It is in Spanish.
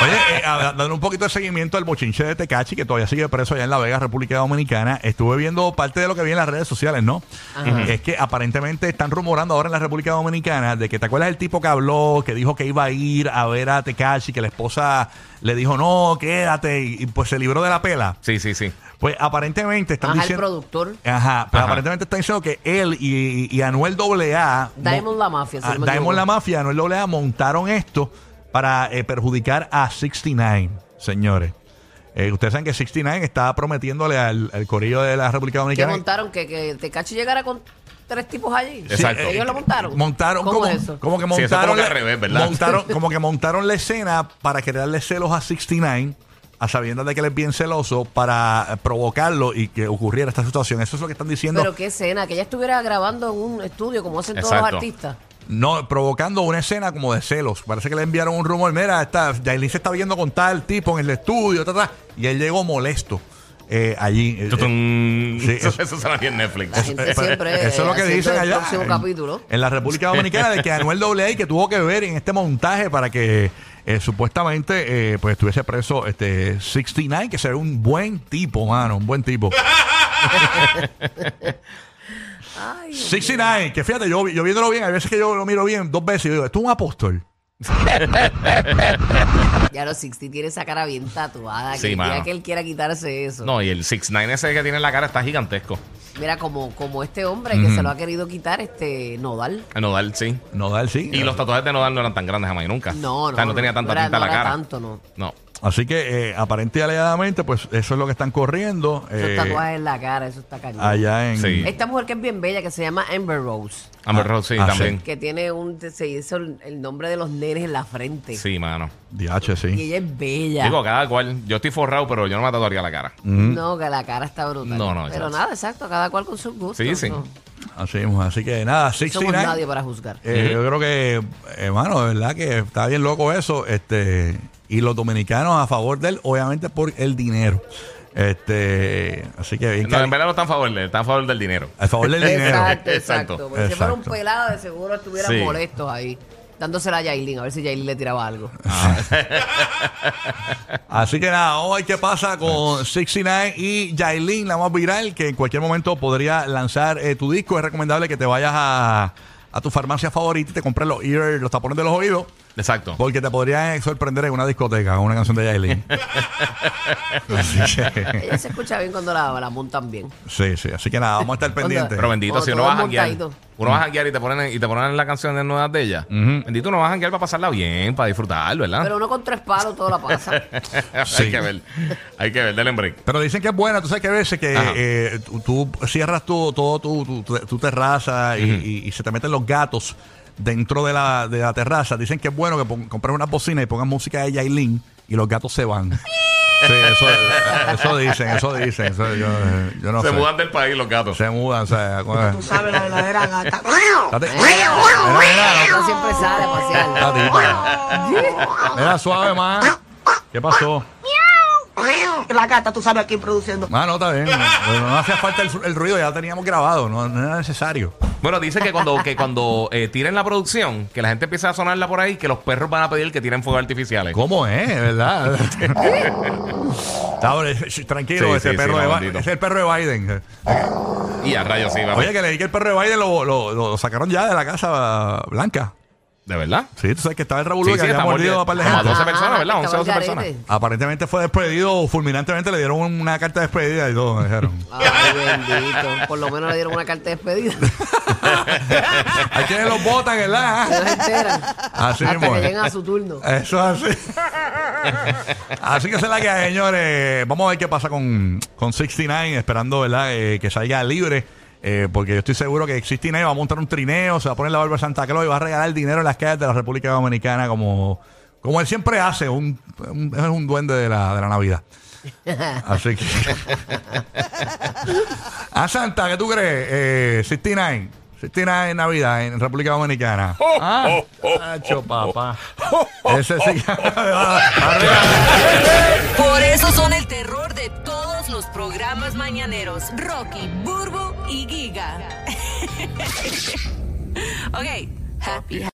Oye, eh, a- dando un poquito de seguimiento al bochinche de Tecachi, que todavía sigue preso allá en La Vega, República Dominicana. Estuve viendo parte de lo que vi en las redes sociales, ¿no? Es que aparentemente están rumorando ahora en la República Dominicana de que, ¿te acuerdas el tipo que habló, que dijo que iba a ir a ver a Tecachi, que la esposa le dijo, no, quédate, y, y, pues se libró de la pela? Sí, sí, sí. Pues aparentemente están Ajá, el diciendo... productor. Ajá, pues Ajá. aparentemente están diciendo que él y, y Anuel AA... mo- Diamond La Mafia, si Ah, no me Diamond equivoco. La Mafia, Anuel AA montaron esto para eh, perjudicar a 69, señores. Eh, ustedes saben que 69 estaba prometiéndole al, al corillo de la República que Dominicana. montaron que, que Tecachi llegara con tres tipos allí. Sí, eh, Exacto. Ellos lo montaron. Montaron ¿Cómo como, es eso? como que Sí, eso montaron. como que la- al revés, ¿verdad? montaron- como que montaron la escena para crearle celos a 69, a sabiendas de que él es bien celoso, para eh, provocarlo y que ocurriera esta situación. Eso es lo que están diciendo. Pero qué escena, que ella estuviera grabando en un estudio como hacen todos los Exacto. artistas. No, provocando una escena como de celos. Parece que le enviaron un rumor. Mira, está, Yailin se está viendo con tal tipo en el estudio, ta, ta. y él llegó molesto eh, allí. Eh, eh, Tutum. sí, eso- eso, eh, pues, eso suena bien Netflix. La gente siempre. eh, eso es lo que haciendo dicen el allá eh. próximo en, capítulo. en la República Dominicana de que Anuel AA que tuvo que ver en este montaje para que eh, supuestamente eh, pues estuviese preso este 69 que será un buen tipo mano un buen tipo Ay, 69 que fíjate yo, vi- yo viéndolo bien hay veces que yo lo miro bien dos veces y yo digo esto es un apóstol ya los 60 tiene esa cara bien tatuada. Sí, que el día mano. que él quiera quitarse eso. No, y el 6ix9ine ese que tiene en la cara está gigantesco. Mira, como, como este hombre que se lo ha querido quitar, este Nodal. A Nodal, sí. no da el sí Y los tatuajes de Nodal no eran tan grandes jamás y nunca. No, O sea, no, no no. tenía tanta No era- tinta en no la era cara. tanto, no. No. Así que eh, aparente y alegadamente, pues eso es lo que están corriendo Esos eh, tatuajes en la cara, eso está cañón. allá en. Sí. Esta mujer que es bien bella, que se llama Amber Rose, Amber Ah, Rose, sí, ah, sí. también. que tiene un. Se hizo el el nombre de los nenes en la frente. Sí, mano. DH, Y sí. ella es bella. Mm. Digo, cada cual. Yo estoy forrado, pero yo no me tatuaría la cara. No, que la cara está brutal. No, no, Pero exacto. nada, exacto, cada cual con sus gustos. Sí, sí. ¿no? Así, mismo. así que nada, No somos 69. nadie para juzgar. Eh, Yo creo que, hermano, de verdad que está bien loco eso. este Y los dominicanos a favor de él, obviamente por el dinero. este Así que bien. No, cari- en verdad no están a favor, de- están a favor del dinero. a favor del dinero. Exacto, exacto. Exacto. Porque si fuera un Exacto. pelado, de seguro estuvieran Sí. molestos ahí. Dándosela a Yailin, a ver si Yailin le tiraba algo. Ah. Así que nada, vamos a ver qué pasa con 69 y Yailin, la más viral, que en cualquier momento podría lanzar eh, tu disco. Es recomendable que te vayas a, a tu farmacia favorita y te compres los ear, los tapones de los oídos, Exacto. porque te podrían sorprender en una discoteca con una canción de Yailin. así que, Ella se escucha bien cuando la, la montan bien. sí, sí, así que nada, vamos a estar pendientes. Pero bendito, Como si uno todo va a janguear, montadito. uno va a janguear y te ponen, y te ponen las canciones nuevas de ella. Bendito, uno va a janguear para pasarla bien, para disfrutar, ¿verdad? Pero uno con tres palos todo la pasa. Sí. hay que ver, hay que ver, dale un break. Pero dicen que es buena, tú sabes que a veces que Ajá. eh, tú, tú cierras tu, todo tu, tu- tu- tu terraza y, y- y se te meten los gatos dentro de la, de la terraza. Dicen que es bueno que pon- compres una bocina y pongas música de Yailin y los gatos se van. Sí, eso, eso dicen, eso dicen. eso yo, yo no Se sé. mudan del país los gatos. Se mudan, o sea, con- Tú sabes la verdadera gata. Date- Mira, mira, Uno siempre sale a pasear. Tatita. Mira, suave, más. ¿Qué pasó? La gata, tú sabes aquí produciendo. Ah, no, está bien. No, no hacía falta el, el ruido, ya lo teníamos grabado, no, no era necesario. Bueno, dice que cuando, que cuando eh, tiren la producción, que la gente empieza a sonarla por ahí, que los perros van a pedir que tiren fuegos artificiales. ¿Cómo es? ¿Verdad? Está, hombre, sh- tranquilo, Sí, ese sí, perro sí, de no, Ba- bendito. Ah. es el perro de Biden. Y a rayos, sí, va. Oye, que leí que el perro de Biden lo, lo- lo sacaron ya de la casa blanca. ¿De verdad? Sí, tú sabes que estaba el revuelo que había está mordido a par de como a gente. 12 personas, ¿verdad? que 11, 12 estaba el personas. garete. Aparentemente fue despedido fulminantemente, le dieron una carta de despedida y todo, me dijeron. Ay, bendito. Por lo menos le dieron una carta de despedida. Hay quienes los botan, No ¿verdad? se enteran. Así Hasta mismo que es. lleguen a su turno. Eso es así. así que esa es la que hay, señores. Vamos a ver qué pasa con, con 69, esperando ¿verdad? Eh, que salga libre. eh, porque yo estoy seguro que 69 va a montar un trineo, se va a poner la barba de Santa Claus y va a regalar dinero en las calles de la República Dominicana como, como él siempre hace, un, un- es un duende de la, de la Navidad. Así que... a Santa, ¿qué tú crees? Eh, 69, 69 en Navidad en República Dominicana. Ah, tacho, papá. Ese sí. Por eso son el terror de todos los programas mañaneros. Rocky, Burbo y Giga. ok, happy.